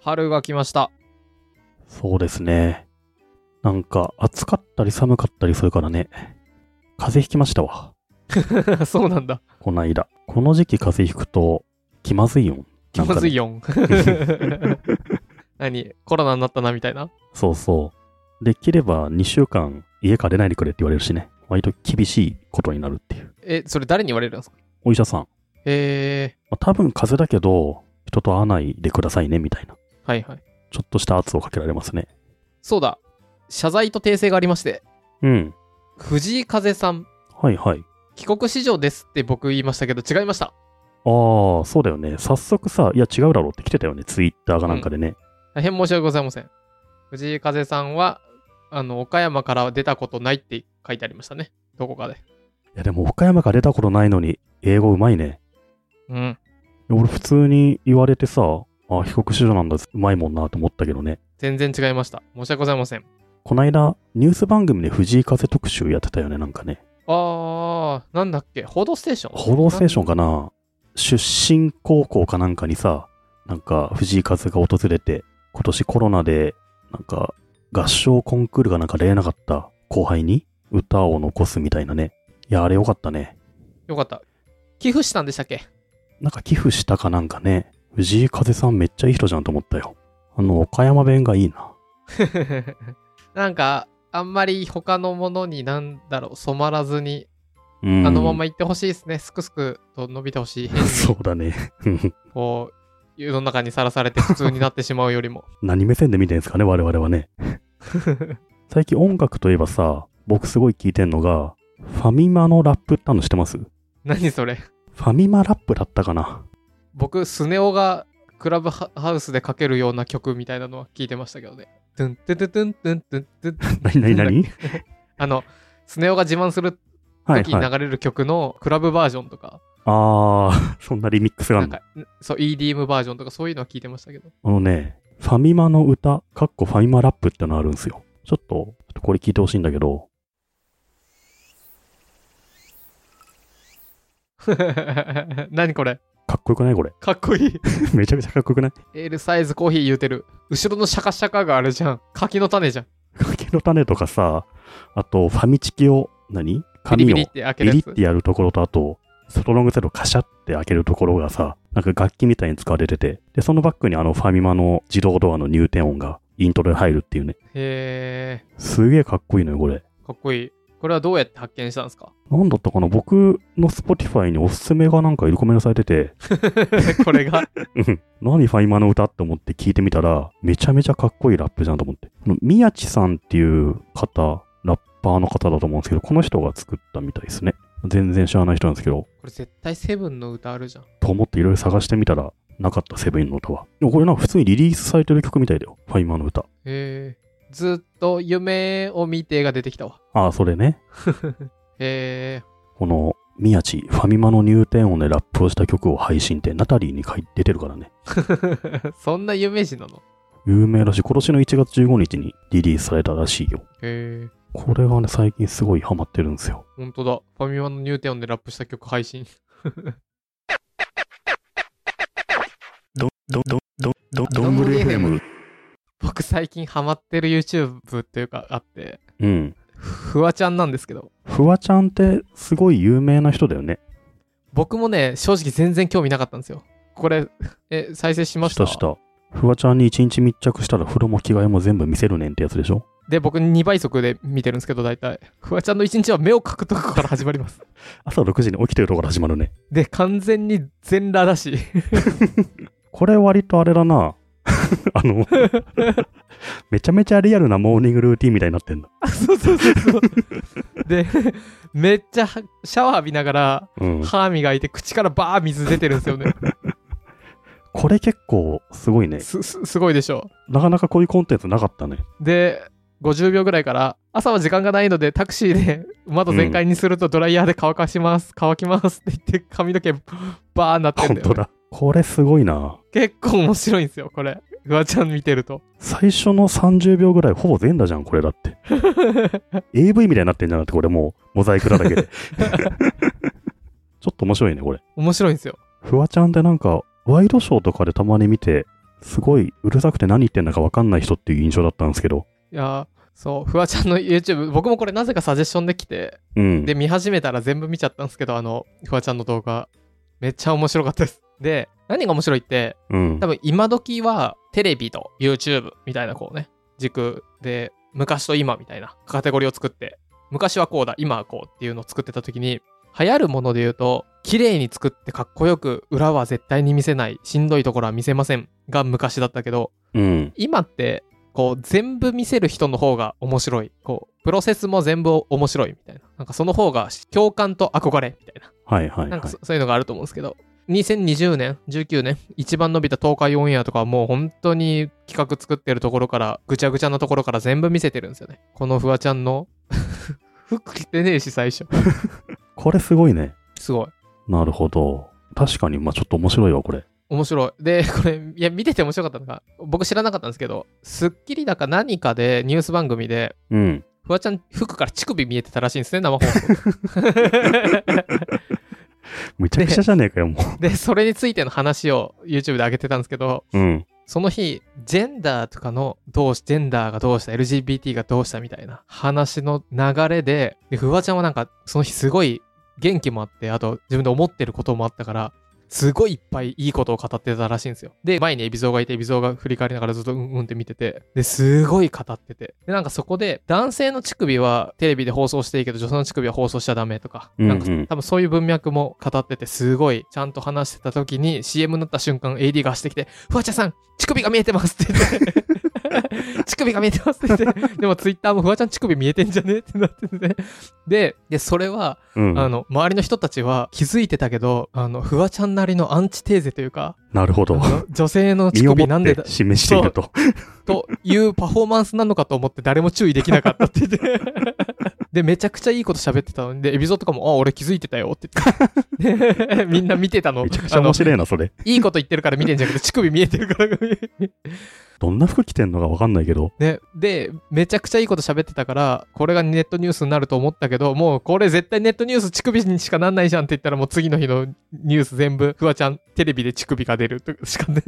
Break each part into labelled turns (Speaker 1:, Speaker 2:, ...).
Speaker 1: 春が来ました。
Speaker 2: そうですね。なんか、暑かったり寒かったりするからね。風邪ひきましたわ。
Speaker 1: そうなんだ。
Speaker 2: こないだ。この時期風邪ひくと、気まずいよん。
Speaker 1: 気まずい
Speaker 2: よ。
Speaker 1: よん。 何コロナになったなみたいな。
Speaker 2: そうそう。できれば2週間家から出ないでくれって言われるしね。割と厳しいことになるっていう。
Speaker 1: え、それ誰に言われるんですか
Speaker 2: お医者さん。
Speaker 1: え
Speaker 2: まあ、多分風邪だけど、人と会わないでくださいね、みたいな。
Speaker 1: ー、はいはい。
Speaker 2: ちょっとした圧をかけられますね。
Speaker 1: そうだ。謝罪と訂正がありまして、
Speaker 2: うん。
Speaker 1: 藤井風さん、
Speaker 2: はいはい。
Speaker 1: 帰国子女ですって僕言いましたけど、違いました。
Speaker 2: ああ、そうだよね。早速さ、いや違うだろうって来てたよね。ツイッターがなんかでね。
Speaker 1: 大変申し訳ございません。藤井風さんは、あの、岡山から出たことないって書いてありましたね。どこかで。
Speaker 2: いやでも岡山から出たことないのに、英語うまいね。
Speaker 1: うん。
Speaker 2: 俺普通に言われてさ、あ、帰国子女なんだ、うまいもんなと思ったけどね。
Speaker 1: 全然違いました。申し訳ございません。
Speaker 2: こないだ、ニュース番組で藤井風特集やってたよね、なんかね。
Speaker 1: あー、なんだっけ、報道ステーション
Speaker 2: 報道ステーション
Speaker 1: か。
Speaker 2: かな出身高校かなんかにさ、なんか藤井風が訪れて、今年コロナで、なんか合唱コンクールがなんか出れなかった後輩に歌を残すみたいなね。いや、あれよかったね。
Speaker 1: よかった。寄付したんでしたっけ
Speaker 2: なんか寄付したかなんかね、藤井風さんめっちゃいい人じゃんと思ったよ。あの、岡山弁がいいな。
Speaker 1: なんか、あんまり他のものになんだろう、染まらずに、
Speaker 2: うん。
Speaker 1: あのまま行ってほしいですね。すくすくと伸びてほしい。変に
Speaker 2: そうだね。
Speaker 1: こう、世の中にさらされて普通になってしまうよりも。
Speaker 2: 何目線で見てんですかね、我々はね。最近音楽といえばさ、僕すごい聞いてんのが、ファミマのラップってあるの知ってますフ
Speaker 1: 何それ
Speaker 2: ァミマラップだったかな
Speaker 1: 僕、スネ夫がクラブハハウスでかけるような曲みたいなのは聞いてましたけどね。トゥントゥトゥトゥントゥントゥントゥントゥン
Speaker 2: 何 何何
Speaker 1: あの、スネ夫が自慢する
Speaker 2: はい
Speaker 1: 時に
Speaker 2: はい。
Speaker 1: 流れる曲のクラブバージョンとか、
Speaker 2: あー、 そんなリミックスがあ
Speaker 1: なん
Speaker 2: るの
Speaker 1: か、そう、EDM バージョンとかそういうのは聞いてましたけど。
Speaker 2: あのね、ファミマの歌、かっこファミマラップってのあるんですよ。ちょっと、ちょっとこれ聞いてほしいんだけど、
Speaker 1: 何これ
Speaker 2: かっこよくないこれ。
Speaker 1: かっこいい。
Speaker 2: めちゃめちゃかっこよくない
Speaker 1: L サイズコーヒー言うてる。後ろのシャカシャカがあれじゃん。柿の種じゃん。
Speaker 2: 柿の種とかさ、あと、ファミチキを、何
Speaker 1: ビリ
Speaker 2: 紙
Speaker 1: ビ
Speaker 2: を
Speaker 1: リって開け
Speaker 2: ビ
Speaker 1: る
Speaker 2: リ
Speaker 1: や
Speaker 2: っ
Speaker 1: つ
Speaker 2: て。やるところと、あと、ストロングゼロカシャって開けるところがさ、なんか楽器みたいに使われてて、で、そのバックにあのファミマの自動ドアの入店音がイントロで入るっていうね。
Speaker 1: へ
Speaker 2: すげえかっこいいのよ、これ。
Speaker 1: ー、かっこいい。これはどうやって発見したんですか
Speaker 2: なんだったかな僕の Spotify におすすめがなんか入り込めらされてて、
Speaker 1: これが。
Speaker 2: うん何ファイマの歌って思って聞いてみたら、めちゃめちゃかっこいいラップじゃんと思って。この宮地さんっていう方、ラッパーの方だと思うんですけど、この人が作ったみたいですね。全然知らない人なんですけど、
Speaker 1: これ絶対セブンの歌あるじゃん。
Speaker 2: と思っていろいろ探してみたら、なかったセブンの歌は。でもこれなんか普通にリリースされてる曲みたいだよ。ファイマの歌。
Speaker 1: へー、ずっと夢を見てが出てきたわ。
Speaker 2: ああ、それね。
Speaker 1: へー、
Speaker 2: この、宮地、ファミマの入店音でラップをした曲を配信って、ナタリーに書い出てるからね。
Speaker 1: そんな有名人なの
Speaker 2: 有名らしい。今年の1月15日にリリースされたらしいよ。
Speaker 1: へー、
Speaker 2: これがね、最近すごいハマってるんですよ。
Speaker 1: ほんとだ。ファミマの入店音でラップした曲配信。
Speaker 2: ど、ど、ど、ど、ど、
Speaker 1: どんぐり FM。僕最近ハマってる YouTube っていうかあって、
Speaker 2: うん。
Speaker 1: フワちゃんなんですけど、
Speaker 2: フワちゃんってすごい有名な人だよね。
Speaker 1: 僕もね、正直全然興味なかったんですよ。これ、え、再生しました。
Speaker 2: した。フワちゃんに一日密着したら風呂も着替えも全部見せるねんってやつでしょ
Speaker 1: で、僕2倍速で見てるんですけど、大体。フワちゃんの一日は目を描くとこから始まります。
Speaker 2: 朝6時に起きてるとこから始まるね。
Speaker 1: で、完全に全裸だし、
Speaker 2: これ割とあれだな。 あ の、めちゃめちゃリアルなモーニングルーティンみたいになってんだ。
Speaker 1: そうそうそうそう。で、めっちゃシャワー浴びながら、
Speaker 2: うん。
Speaker 1: 歯磨いて口からバー水出てるんですよね。
Speaker 2: これ結構すごいね。
Speaker 1: す、す、すごいでしょ。
Speaker 2: なかなかこういうコンテンツなかったね。
Speaker 1: で、50秒ぐらいから、朝は時間がないので、タクシーで窓全開にするとドライヤーで乾かします、乾きますって言って、髪の毛バーなってん
Speaker 2: 本
Speaker 1: だよ、
Speaker 2: 当
Speaker 1: ね。
Speaker 2: だ。これすごいな。
Speaker 1: 結構面白いんですよ、これ。フワちゃん見てると。
Speaker 2: 最初の30秒ぐらいほぼ全裸じゃん、これだって。AV みたいになってんじゃなくて、これもうモザイクだら けで。ちょっと面白いね、これ。
Speaker 1: 面白いんですよ。
Speaker 2: フワちゃんってなんか、ワイドショーとかでたまに見て、すごいうるさくて何言ってんだか分かんない人っていう印象だったんですけど、
Speaker 1: いやーそうフワちゃんの YouTube 僕もこれなぜかサジェッションできて
Speaker 2: うん
Speaker 1: で、見始めたら全部見ちゃったんですけどあのフワちゃんの動画めっちゃ面白かったですで何が面白いって
Speaker 2: うん
Speaker 1: 多、分今時はテレビと YouTube みたいなこうね軸で昔と今みたいなカテゴリーを作って昔はこうだ今はこうっていうのを作ってた時に流行るもので言うと綺麗に作ってかっこよく裏は絶対に見せないしんどいところは見せませんが昔だったけど
Speaker 2: うん、
Speaker 1: 今ってこう全部見せる人の方が面白いこうプロセスも全部面白いみたいななんかその方が共感と憧れみたいな
Speaker 2: はいはいは
Speaker 1: なんか
Speaker 2: い
Speaker 1: そ,、。そういうのがあると思うんですけど、2020年、19年、一番伸びた東海オンエアとかはもう本当に企画作ってるところから、ぐちゃぐちゃなところから全部見せてるんですよね。このフワちゃんの 服着てねえし、最初。
Speaker 2: これすごいね。
Speaker 1: すごい。
Speaker 2: なるほど。確かに、まあちょっと面白いわ、これ。
Speaker 1: 面白い。で、これ、いや、見てて面白かったのが、僕知らなかったんですけど、スッキリだか何かで、ニュース番組で、
Speaker 2: うん。
Speaker 1: フワちゃん、服から乳首見えてたらしいんですね、生放送。
Speaker 2: むちゃくちゃじゃねえかよ、も
Speaker 1: で、それについての話を YouTube で上げてたんですけど、
Speaker 2: う。うん。
Speaker 1: その日、ジェンダーとかのどうし、ジェンダーがどうした、LGBT がどうしたみたいな話の流れで、で、フワちゃんはなんか、その日すごい元気もあって、あと自分で思ってることもあったから、すごいいっぱいいいことを語ってたらしいんですよ。で、前にエビゾーがいて、エビゾーが振り返りながらずっとうんうんって見てて、で、すごい語ってて。で、なんかそこで、男性の乳首はテレビで放送していいけど、女性の乳首は放送しちゃダメとか、
Speaker 2: うんう
Speaker 1: なんんか多分そういう文脈も語ってて、すごいちゃんと話してた時に、CM になった瞬間、AD が走ってきて、フワちゃんさん、乳首が見えてますって 言って、乳首が見えてますって言って、でもツイッターもフワちゃん乳首見えてんじゃねってなってて、で、で、それは、
Speaker 2: うん。
Speaker 1: あの、周りの人たちは気づいてたけど、あの、フワちゃんなりのアンチテーゼという か、
Speaker 2: なるほ
Speaker 1: あ
Speaker 2: ど。
Speaker 1: の女性の乳
Speaker 2: 身を
Speaker 1: 首な
Speaker 2: も
Speaker 1: ん
Speaker 2: っ
Speaker 1: で
Speaker 2: て
Speaker 1: だ
Speaker 2: 示していると。
Speaker 1: というパフォーマンスなのかと思って誰も注意できなかったって言 って。で、めちゃくちゃいいこと喋ってたのに、で、エビゾとかも、あ、俺気づいてたよって言って。でみんな見てたの。
Speaker 2: めちゃくちゃ
Speaker 1: あの
Speaker 2: 面白いな、それ。
Speaker 1: いいこと言ってるから見てんじゃなくて、乳首見えてるから。
Speaker 2: どんな服着てんのか分かんないけど。
Speaker 1: ね、で、めちゃくちゃいいこと喋ってたから、これがネットニュースになると思ったけど、もうこれ絶対ネットニュース乳首にしかなんないじゃんって言ったら、もう次の日のニュース全部、フワちゃん、テレビで乳首が出るとしかね。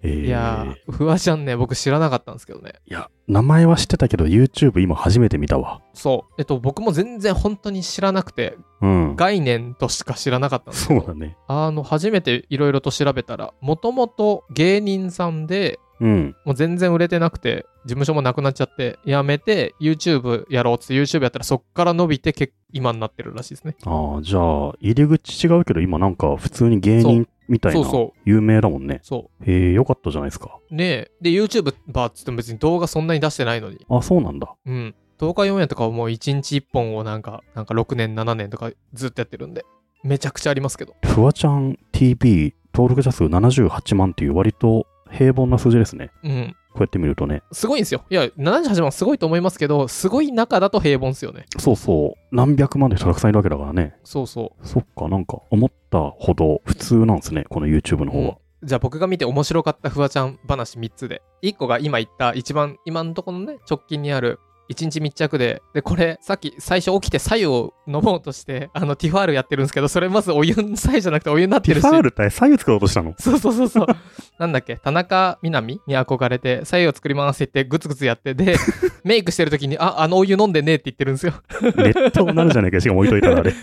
Speaker 2: えー
Speaker 1: いやー、フワちゃんね、僕知らなかったんですけどね。
Speaker 2: いや、名前は知ってたけど、YouTube 今初めて見たわ。
Speaker 1: そう。えっと、僕も全然本当に知らなくて、
Speaker 2: うん。
Speaker 1: 概念としか知らなかったんですけ
Speaker 2: そう
Speaker 1: ど
Speaker 2: だ、ね。
Speaker 1: あの、初めていろいろと調べたら、もともと芸人さんで、
Speaker 2: うん。
Speaker 1: もう全然売れてなくて、事務所もなくなっちゃって、辞めて、YouTube やろうっつって YouTube やったら、そっから伸びて、結今になってるらしいですね。
Speaker 2: ああ、じゃあ、入り口違うけど、今なんか普通に芸
Speaker 1: そう
Speaker 2: 人みたい
Speaker 1: そう
Speaker 2: な、
Speaker 1: そ
Speaker 2: 有名だもん
Speaker 1: う。。
Speaker 2: ね
Speaker 1: そ
Speaker 2: へえ、よかったじゃないですか。
Speaker 1: う。ねえ。で、YouTuber っつっても別に動画そんなに出してないのに。
Speaker 2: あ、そうなんだ。
Speaker 1: うん。東海オンエアとかはもう1日1本をなんか、なんか6年、7年とかずっとやってるんで、めちゃくちゃありますけど。
Speaker 2: フワちゃん TV 登録者数78万っていう割と平凡な数字ですね。
Speaker 1: うん。
Speaker 2: こうやって見るとね。
Speaker 1: すごいんですよ。いや、78万すごいと思いますけど、すごい中だと平凡ですよね。
Speaker 2: そうそう。何百万で人たくさんいるわけだからね。
Speaker 1: そうそ
Speaker 2: そっか、なんか思ったほど普通なんですね。この YouTube の
Speaker 1: う。
Speaker 2: 方は。
Speaker 1: じゃあ僕が見て面白かったフワちゃん話3つで。1個が今言った一番、今のところのね、直近にある、1日密着で、で、これ、さっき最初起きて白湯を飲もうとして、あの、ティファールやってるんですけど、それまずお湯の白湯じゃなくてお湯になってるし。
Speaker 2: ルって左右使おうとしたの
Speaker 1: そうそうそうそう。 なんだっけ、田中みな実に憧れて、白湯を作りますって言って、グツグツやって、で、メイクしてる時に、あ、あのお湯飲んでねえって言ってるんですよ。
Speaker 2: ネットになるじゃないか。しかも置いとい たらあれ。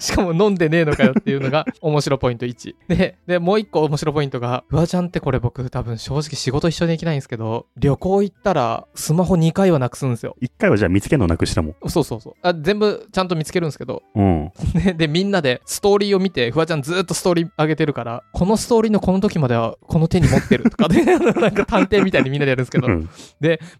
Speaker 1: しかも飲んでねえのかよっていうのが面白ポイント1。で、で、もう一個面白ポイントが、フワちゃんってこれ僕多分正直仕事一緒にできないんですけど、旅行行ったらスマホ2回はなくすんですよ。
Speaker 2: 一回はじゃあ見つけるのなくしたもん。
Speaker 1: そうそうそう。あ全部ちゃんと見つけるんですけど、
Speaker 2: うん。
Speaker 1: でで、みんなでストーリーを見て、フワちゃんずーっとストーリー上げてるから、このストーリーのこの時まではこの手に持ってるとかで、 なんか探偵みたいにみんなでやるんですけど
Speaker 2: う、ん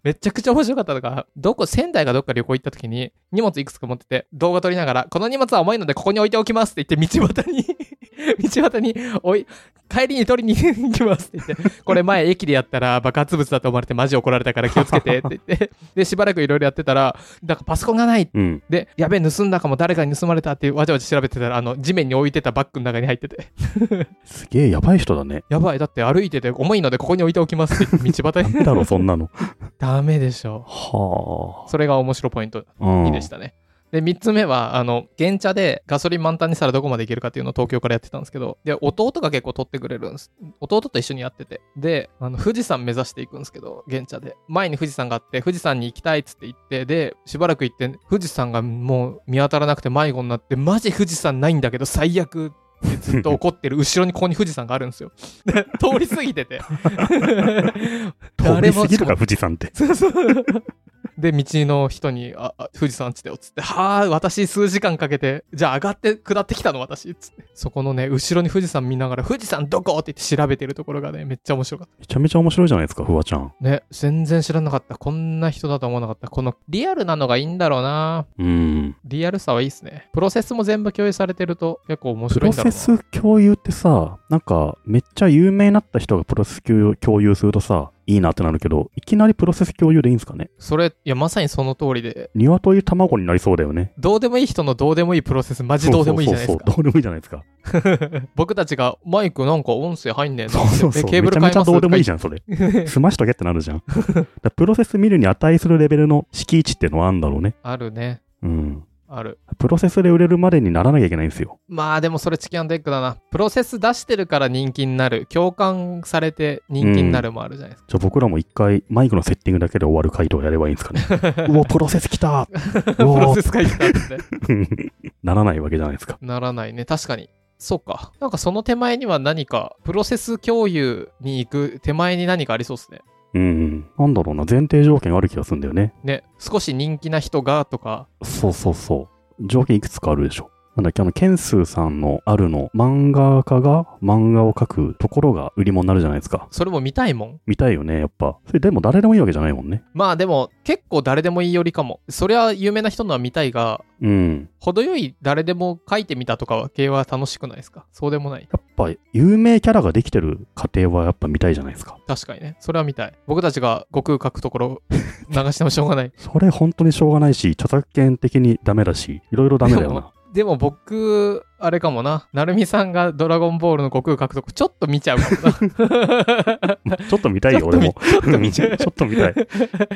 Speaker 1: めちゃくちゃ面白かったのが、どこ、仙台かどっか旅行行った時に、荷物いくつか持ってて、動画撮りながら、この荷物は重いのでここに置いておきますって言って、道端に、 道端に置い、帰りに取りに 行きますって言って、これ前駅でやったら爆発物だと思われてマジ怒られたから気をつけてって言って、で、しばらくいろいろやってたら、なんかパソコンがない。
Speaker 2: うん。
Speaker 1: で、やべえ、盗んだかも誰かに盗まれたってわちゃわちゃ調べてたら、あの、地面に置いてたバッグの中に入ってて、
Speaker 2: すげえやばい人だね。
Speaker 1: やばい、だって歩いてて重いのでここに置いておきますって言って、道端
Speaker 2: ダ
Speaker 1: に。
Speaker 2: メだろ、そんなの。
Speaker 1: ダメでしょ。
Speaker 2: は
Speaker 1: それが面白ポイント
Speaker 2: あ。うん。
Speaker 1: にでしたね。で、3つ目は、あの、現茶でガソリン満タンにしたらどこまでいけるかっていうのを東京からやってたんですけど、で、弟が結構取ってくれるんです。弟と一緒にやってて。で、あの、富士山目指していくんですけど、現茶で。前に富士山があって、富士山に行きたいっつって行って、で、しばらく行って、富士山がもう見当たらなくて迷子になって、マジ富士山ないんだけど最悪ってずっと怒ってる後ろにここに富士山があるんですよ。で通り過ぎてて。
Speaker 2: 通り過ぎるか、富士山って。
Speaker 1: そうそう。で、道の人に、あ、あ富士山地だよ、つって、はあ、私数時間かけて、じゃあ上がって下ってきたの、私、つって。そこのね、後ろに富士山見ながら、富士山どこって言って調べてるところがね、めっちゃ面白かっ
Speaker 2: めちゃめちゃ面白いじゃないですか、フワちゃん。
Speaker 1: た。ね、全然知らなかった。こんな人だと思わなかった。この、リアルなのがいいんだろうな
Speaker 2: うん。
Speaker 1: リアルさはいいっすね。プロセスも全部共有されてると、結構面
Speaker 2: プ
Speaker 1: 白い
Speaker 2: ロ
Speaker 1: んだろ
Speaker 2: セ
Speaker 1: うな。
Speaker 2: ス共有ってさ、なんか、めっちゃ有名になった人がプロセス共有共有するとさ、いいなってなるけど、いきなりプロセス共有でいいんですかね
Speaker 1: それ、いや、まさにその通りで、
Speaker 2: 鶏卵になりそうだよね。
Speaker 1: どうでもいい人のどうでもいいプロセス、マジどうでもいいじゃないですか。
Speaker 2: そうそうそうどうでもいいじゃないですか。
Speaker 1: 僕たちがマイクなんか音声入んねえな
Speaker 2: そうそうそう。
Speaker 1: でケーブル
Speaker 2: め
Speaker 1: 買い
Speaker 2: ちゃ
Speaker 1: ます
Speaker 2: めちゃどうでもいい
Speaker 1: と
Speaker 2: じゃ ん、それ。
Speaker 1: か言って
Speaker 2: 済ましとけってなるじゃん。だからプロセス見るに値するレベルの敷地ってのはあるんだろうね。
Speaker 1: あるね。
Speaker 2: うん。
Speaker 1: ある。
Speaker 2: プロセスで売れるまでにならなきゃいけないんですよ。
Speaker 1: まあでもそれチキンデックだな。プロセス出してるから人気になる。共感されて人気になるもあるじゃないですか。
Speaker 2: じゃあ僕らも一回マイクのセッティングだけで終わる回答やればいいんですかね。 うお、プロセス来たう
Speaker 1: プロ
Speaker 2: お
Speaker 1: セスがいいなって。
Speaker 2: ならないわけじゃないですか。
Speaker 1: ならないね。確かに。そうか。なんかその手前には何か、プロセス共有に行く手前に何かありそうですね。
Speaker 2: うん。なんだろうな、前提条件ある気がするんだよね。
Speaker 1: ね、少し人気な人がとか、
Speaker 2: そうそうそう。条件いくつかあるでしょ。なんだっけ、あの、ケンスーさんのあるの漫画家が漫画を描くところが売り物になるじゃないですか。
Speaker 1: それも見たいもん。
Speaker 2: 見たいよね、やっぱ。それでも誰でもいいわけじゃないもんね。
Speaker 1: まあでも、結構誰でもいいよりかも。そりゃ有名な人のは見たいが、
Speaker 2: うん。
Speaker 1: 程よい誰でも書いてみたとかは系は楽しくないですかそうでもない
Speaker 2: やっぱ、有名キャラができてる過程はやっぱ見たいじゃないですか。
Speaker 1: 確かにねそれは見たい僕たちが悟空書くとこ ろ流してもしょうがない
Speaker 2: それ本当にしょうがないし、著作権的にダメだし、いろいろダメだよ
Speaker 1: で
Speaker 2: な。
Speaker 1: でも僕あれかもな成美さんが「ドラゴンボール」の悟空書くとこちょっと見ちゃうか もな
Speaker 2: ちょっと見たいよ、俺も。
Speaker 1: ちょっと見ちゃう
Speaker 2: ちょっと見たい。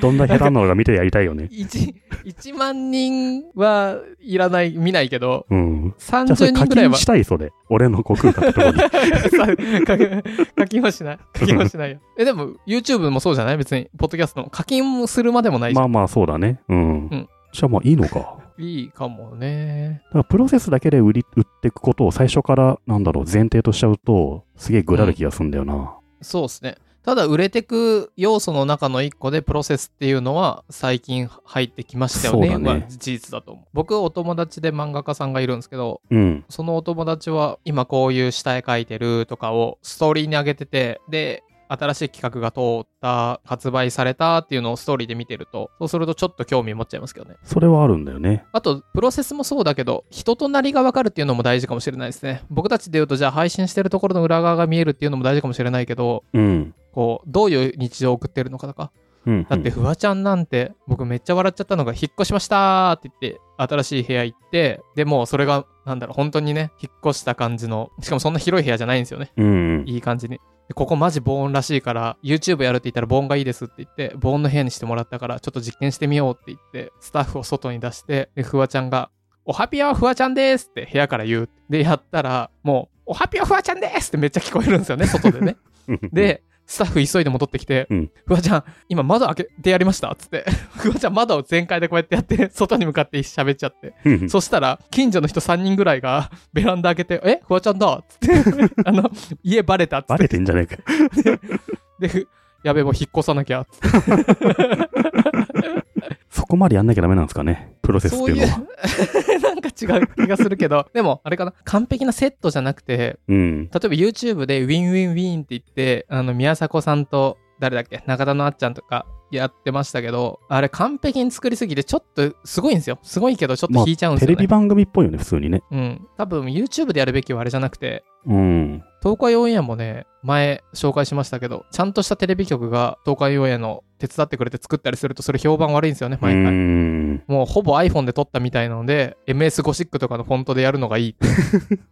Speaker 2: どんな下手なのが見てやりたいよね。
Speaker 1: 1, 1万人はいらない見ないけど
Speaker 2: うん。じゃあそれ
Speaker 1: 30
Speaker 2: 課
Speaker 1: 人ぐらい
Speaker 2: 金
Speaker 1: は
Speaker 2: したい、それ。俺の悟空書くと こに。
Speaker 1: 課金課金はしない課金はしないよ えでも YouTube もそうじゃない別にポッドキャストも課金もするまでもないし、
Speaker 2: まあまあ、そうだね。うん。
Speaker 1: うん
Speaker 2: じゃあまあいいのか。
Speaker 1: いいかもね
Speaker 2: だからプロセスだけで売り、売っていくことを最初から、なんだろう、前提としちゃうと、すげえグラる気がすんだよな。
Speaker 1: そうですね。ただ売れてく要素の中の一個でプロセスっていうのは最近入ってきましたよね
Speaker 2: そうだね
Speaker 1: は事実だと思う僕お友達で漫画家さんがいるんですけど
Speaker 2: うん。
Speaker 1: そのお友達は今こういう下絵描いてるとかをストーリーに上げててで新しい企画が通った発売されたっていうのをストーリーで見てるとそうするとちょっと興味持っちゃいますけどね
Speaker 2: それはあるんだよね。
Speaker 1: あと、プロセスもそうだけど、人となりが分かるっていうのも大事かもしれないですね。僕たちで言うと、じゃあ配信してるところの裏側が見えるっていうのも大事かもしれないけど、
Speaker 2: うん。
Speaker 1: こう、どういう日常を送ってるのかとか。
Speaker 2: うん、
Speaker 1: だって、フワちゃんなんて、僕めっちゃ笑っちゃったのが、引っ越しましたーって言って、新しい部屋行って、でもうそれが、なんだろう、本当にね、引っ越した感じの、しかもそんな広い部屋じゃないんですよね。
Speaker 2: うん。
Speaker 1: いい感じに。でここマジ防音らしいから、YouTube やるって言ったら防音がいいですって言って、防音の部屋にしてもらったから、ちょっと実験してみようって言って、スタッフを外に出して、で、フワちゃんが、おはぴよフワちゃんですって部屋から言う。で、やったら、もう、おはぴよフワちゃんですってめっちゃ聞こえるんですよね、外でね。で、スタッフ急いで戻ってきて、
Speaker 2: うん
Speaker 1: フワちゃん、今窓開けてやりましたっつって、 フワちゃん窓を全開でこうやってやって、 外に向かって喋っちゃって、
Speaker 2: うん、
Speaker 1: そしたら、近所の人3人ぐらいが ベランダ開けて、えフワちゃんだっつって、 あの、家バレたっつ
Speaker 2: バ
Speaker 1: っ
Speaker 2: レ
Speaker 1: て。
Speaker 2: てんじゃねえか。
Speaker 1: で、ふやべえ、もう引っ越さなきゃっつって。
Speaker 2: そこまでやんなきゃダメなんですかね。プロセスっ
Speaker 1: そ
Speaker 2: て
Speaker 1: う
Speaker 2: いう
Speaker 1: い
Speaker 2: のは。う
Speaker 1: う、 なんか違う気がするけど、でも、あれかな、完璧なセットじゃなくて、例
Speaker 2: ん。
Speaker 1: えば YouTube でウィンウィンウィンって言って、あの、宮迫さんと、誰だっけ、中田のあっちゃんとか、やってましたけど、あれ完璧に作りすぎて、ちょっとすごいんですよ。すごいけど、ちょっと引いちゃうんで
Speaker 2: テ
Speaker 1: すよ
Speaker 2: レ
Speaker 1: ね
Speaker 2: ビ。番組っぽいよね、普通にね。
Speaker 1: うん。多分 YouTube でやるべきはあれじゃなくて、
Speaker 2: うん。
Speaker 1: 東海オンエアもね、前紹介しましたけど、ちゃんとしたテレビ局が東海オンエアの手伝ってくれて作ったりすると、それ評判悪いんですよね、
Speaker 2: う
Speaker 1: 毎回。
Speaker 2: ん。
Speaker 1: もうほぼ iPhone で撮ったみたいなので、MS ゴシックとかのフォントでやるのがいい。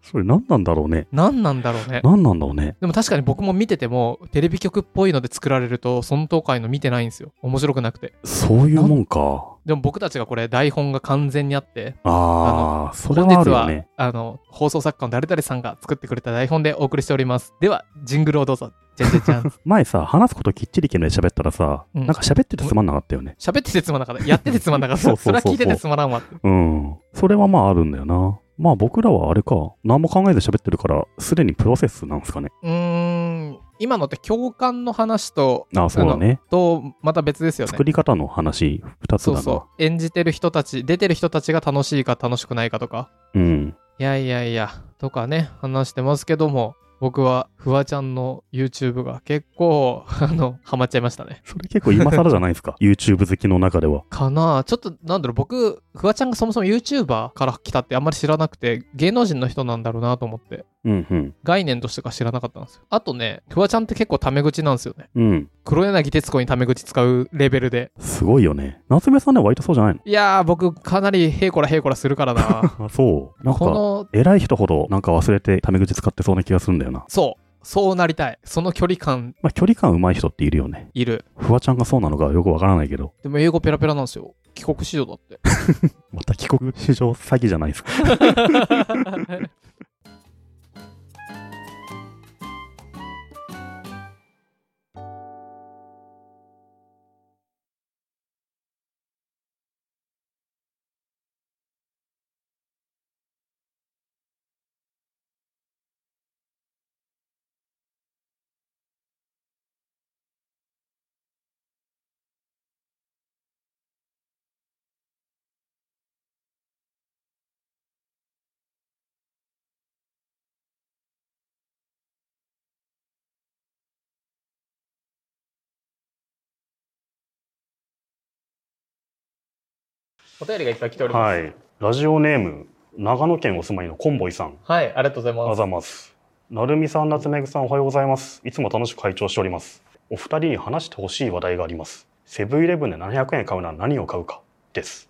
Speaker 2: それ何なんだろうね。
Speaker 1: 何なんだろうね。
Speaker 2: 何なんだろうね。
Speaker 1: でも確かに僕も見てても、テレビ局っぽいので作られると、その東海の見てないんですよ。面白くなくて。
Speaker 2: そういうもんか。
Speaker 1: でも僕たちがこれ台本が完全にあって、
Speaker 2: ああ、それ
Speaker 1: 本
Speaker 2: はあ
Speaker 1: 日
Speaker 2: るよ
Speaker 1: は、
Speaker 2: ね。
Speaker 1: あの、放送作家の誰々さんが作ってくれた台本でお送りしております。では、ジングルをどうぞ。じゃんじゃんじゃ ん。
Speaker 2: 前さ、話すこときっちり決めて喋ったらさ、
Speaker 1: うん
Speaker 2: なんか喋っててつまんなかったよね。
Speaker 1: 喋っててつまんなかった。やっててつまんなかった。
Speaker 2: そうそ
Speaker 1: そうれ
Speaker 2: そ
Speaker 1: は
Speaker 2: うそう
Speaker 1: 聞いててつまらんわって。
Speaker 2: うん。それはまああるんだよな。まあ僕らはあれか、何も考えず喋ってるから、すでにプロセスなんですかね。
Speaker 1: うーん、今のって共感の話と、
Speaker 2: ああ、そうだね。
Speaker 1: と、また別ですよね
Speaker 2: 作。り方の話、二つ
Speaker 1: そ
Speaker 2: だな。
Speaker 1: うそう。演じてる人たち、出てる人たちが楽しいか楽しくないかとか。
Speaker 2: うん。
Speaker 1: いやいやいや、とかね、話してますけども、僕はフワちゃんの YouTube が結構、 あの、ハマっちゃいましたね。
Speaker 2: それ結構今更じゃないです か。YouTube 好きの中では。
Speaker 1: かなあちょっと、なんだろう、僕、フワちゃんがそもそも YouTuber から来たってあんまり知らなくて、芸能人の人なんだろうなと思って、
Speaker 2: うんうん。
Speaker 1: 概念としてか知らなかったんですよ。あとね、フワちゃんって結構タメ口なんですよね。
Speaker 2: うん。
Speaker 1: 黒柳徹子にタメ口使うレベルで。
Speaker 2: すごいよね。夏目さんね、割とそうじゃないの
Speaker 1: いやー、僕、かなりヘイコラヘイコラするから な
Speaker 2: あ、そう。なん
Speaker 1: こ
Speaker 2: か、
Speaker 1: の、
Speaker 2: 偉い人ほどなんか忘れてタメ口使ってそうな気がするんだよな。
Speaker 1: そう、そうなりたい。その距離感
Speaker 2: まあ距離感上手い人っているよね。
Speaker 1: いる。
Speaker 2: フワちゃんがそうなのかよくわからないけど。
Speaker 1: でも英語ペラペラなんですよ。帰国子女だって。
Speaker 2: また帰国史上詐欺じゃないですか。
Speaker 1: お便りがいっぱい来ております。
Speaker 2: はい。ラジオネーム、長野県お住まいのコンボイさん。
Speaker 1: はい、ありがとうござい
Speaker 2: あ
Speaker 1: ます。
Speaker 2: ざます。なるみさん、夏目ぐさん、おはようございます。いつも楽しく会長しております。お二人に話してほしい話題があります。セブンイレブンで700円買うなら何を買うかです。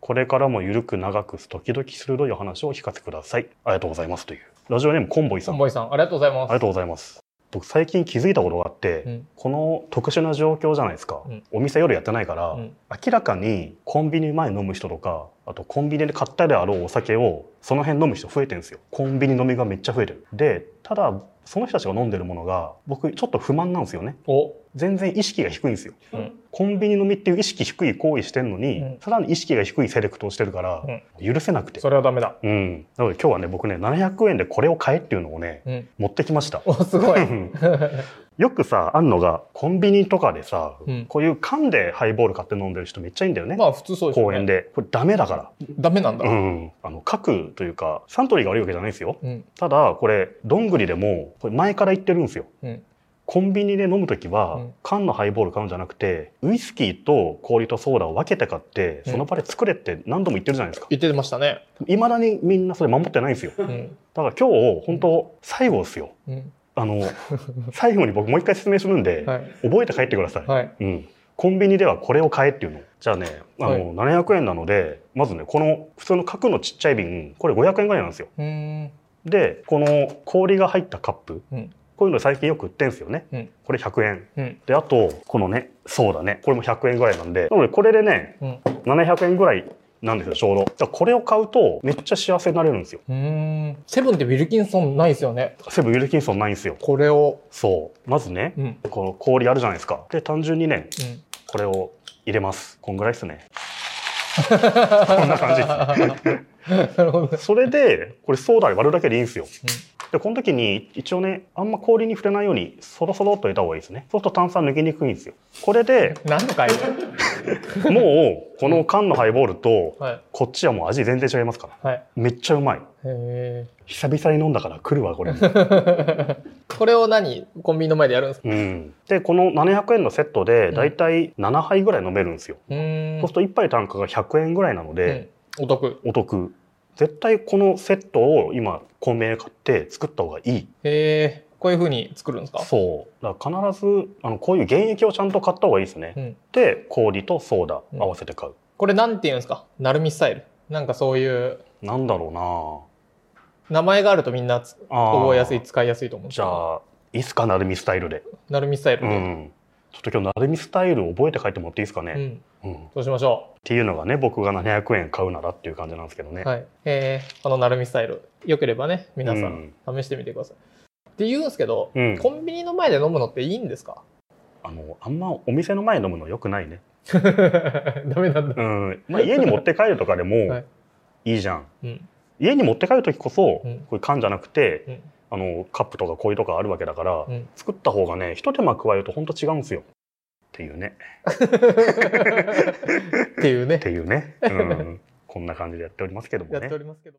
Speaker 2: これからもゆるく長く、時々鋭いお話をお聞かせください。ありがとうございますという。ラジオネームコンボイ
Speaker 1: コ
Speaker 2: さん。
Speaker 1: ン
Speaker 2: あ
Speaker 1: ボイさん、ありがとうございます。
Speaker 2: りがとうございます。僕最近気づいたことがあって、
Speaker 1: うん
Speaker 2: この特殊な状況じゃないですか、
Speaker 1: うん
Speaker 2: お店夜やってないから、
Speaker 1: うん
Speaker 2: 明らかにコンビニ前飲む人とかあとコンビニで買ったであろうお酒をその辺飲む人増えてるんですよコンビニ飲みがめっちゃ増えてるでただその人たちが飲んでるものが僕ちょっと不満なんですよね
Speaker 1: お
Speaker 2: 全然意識が低いんですよ、
Speaker 1: うん
Speaker 2: コンビニ飲みっていう意識低い行為してんのに、
Speaker 1: うん
Speaker 2: さらに意識が低いセレクトをしてるから、許せなくて
Speaker 1: それはダメだ。
Speaker 2: うんなので今日はね僕ね700円でこれを買えっていうのをね
Speaker 1: うん。
Speaker 2: 持ってきました
Speaker 1: お、すごい。
Speaker 2: よくさあんのがコンビニとかでさ、
Speaker 1: うん
Speaker 2: こういう缶でハイボール買って飲んでる人めっちゃいいんだよね、
Speaker 1: まあ、普通そうですよね。
Speaker 2: 公園でこれダメだか
Speaker 1: ダメなんだ。
Speaker 2: ら、うん、あの各というかサントリーが悪いわけじゃないんですよ
Speaker 1: うん。
Speaker 2: ただこれどんぐりでもこれ前から言ってるんですよ
Speaker 1: うん。
Speaker 2: コンビニで飲む時は、
Speaker 1: うん
Speaker 2: 缶のハイボール買うんじゃなくてウイスキーと氷とソーダを分けて買ってその場で作れって何度も言ってるじゃないですか
Speaker 1: 言ってましたね。
Speaker 2: いまだにみんなそれ守ってないんですよだ
Speaker 1: う
Speaker 2: か
Speaker 1: ん。
Speaker 2: ら今日本当最後ですよ
Speaker 1: うん。
Speaker 2: あ の最後に僕もう一回説明するんで、
Speaker 1: はい。
Speaker 2: 覚えて帰ってください、
Speaker 1: はい。
Speaker 2: うん、コンビニではこれを買えっていうのじゃあねあの、700円なのでまずねこの普通の角のちっちゃい瓶これ500円ぐらいなんですよ
Speaker 1: うーん。
Speaker 2: でこの氷が入ったカップ、
Speaker 1: うん
Speaker 2: こういうの最近よく売ってんすよね、
Speaker 1: うん
Speaker 2: これ100円
Speaker 1: うん。
Speaker 2: であとこのねそうだねこれも100円ぐらいなんでなのでこれでね
Speaker 1: うん。
Speaker 2: 700円ぐらいなんですよちょうどだからこれを買うとめっちゃ幸せになれるんですよ
Speaker 1: うーん。セブンってウィルキンソンないですよね。
Speaker 2: セブンウィルキンソンないんですよ
Speaker 1: これを。
Speaker 2: そうまずね
Speaker 1: うん。うん。
Speaker 2: この氷あるじゃないですかで単純にねこれを入れますこんぐらいですね
Speaker 1: こ
Speaker 2: んな感じ
Speaker 1: じ。なるほど。
Speaker 2: それで、これソーダで割るだけでいいんですよ。で、この時に一応ね、あんま氷に触れないように、そろそろっと入れた方がいいですね。そうすると炭酸抜けにくいんですよ。これ で、
Speaker 1: 何の回
Speaker 2: もう、この缶のハイボールと、
Speaker 1: はい。
Speaker 2: こっちはもう味全然違いますから。
Speaker 1: はい。
Speaker 2: めっちゃうまい。
Speaker 1: へ
Speaker 2: 久々に飲んだから来るわ、これ。
Speaker 1: え。これを何コンビニの前でやるんですか
Speaker 2: うん。で、この700円のセットで、だいたい7杯ぐらい飲めるんですよ。
Speaker 1: うーん
Speaker 2: そうす。ると1杯単価が100円ぐらいなので、
Speaker 1: うんお得。
Speaker 2: お得。絶対このセットを今、コンビニで買って作った方がいい。
Speaker 1: へえ。こういう風に作るんですか
Speaker 2: そうだから必ずあのこういう原液をちゃんと買った方がいいですね、
Speaker 1: うん
Speaker 2: で氷とソーダ
Speaker 1: うん
Speaker 2: 合わせて買う、
Speaker 1: これなんて言うんですかなるみスタイル。なんかそういう、
Speaker 2: なんだろ
Speaker 1: 名前があるとみんなつ
Speaker 2: うなあー
Speaker 1: 覚えやすい、使いやすいと思うんです
Speaker 2: じ
Speaker 1: けど。
Speaker 2: ゃあいいっすかなるみスタイルで
Speaker 1: なるみスタイル
Speaker 2: う
Speaker 1: で。
Speaker 2: んちょっと今日なるみスタイル覚えて書いてもらっていいですか
Speaker 1: う
Speaker 2: ね、
Speaker 1: ん。
Speaker 2: ううんっ
Speaker 1: そうしましょ
Speaker 2: ていうのがね、僕が700円買うならっていう感じなんですけど
Speaker 1: う。
Speaker 2: ね。
Speaker 1: はい。えー、このなるみスタイル、よければね、皆さ
Speaker 2: うんん
Speaker 1: 試してみてください。って言うんですけど、
Speaker 2: うん
Speaker 1: コンビニの前で飲むのっていいんですか
Speaker 2: あの、あんまお店の前に飲むの良くないね。
Speaker 1: ダメなんだ。
Speaker 2: うん。まあ、家に持って帰るとか で
Speaker 1: は
Speaker 2: も
Speaker 1: い
Speaker 2: いいじゃん。
Speaker 1: うん。
Speaker 2: 家に持って帰る時こそ、
Speaker 1: うん
Speaker 2: こういう缶じゃなくて、
Speaker 1: うん
Speaker 2: あのカップとか氷とかあるわけだから、
Speaker 1: うん
Speaker 2: 作った方がね一手間加えると本当違うんですよっていうね
Speaker 1: っていう
Speaker 2: っ
Speaker 1: ね
Speaker 2: て、いうね、うん、こんな感じでやっておりますけども
Speaker 1: や
Speaker 2: ね
Speaker 1: っておりますけど。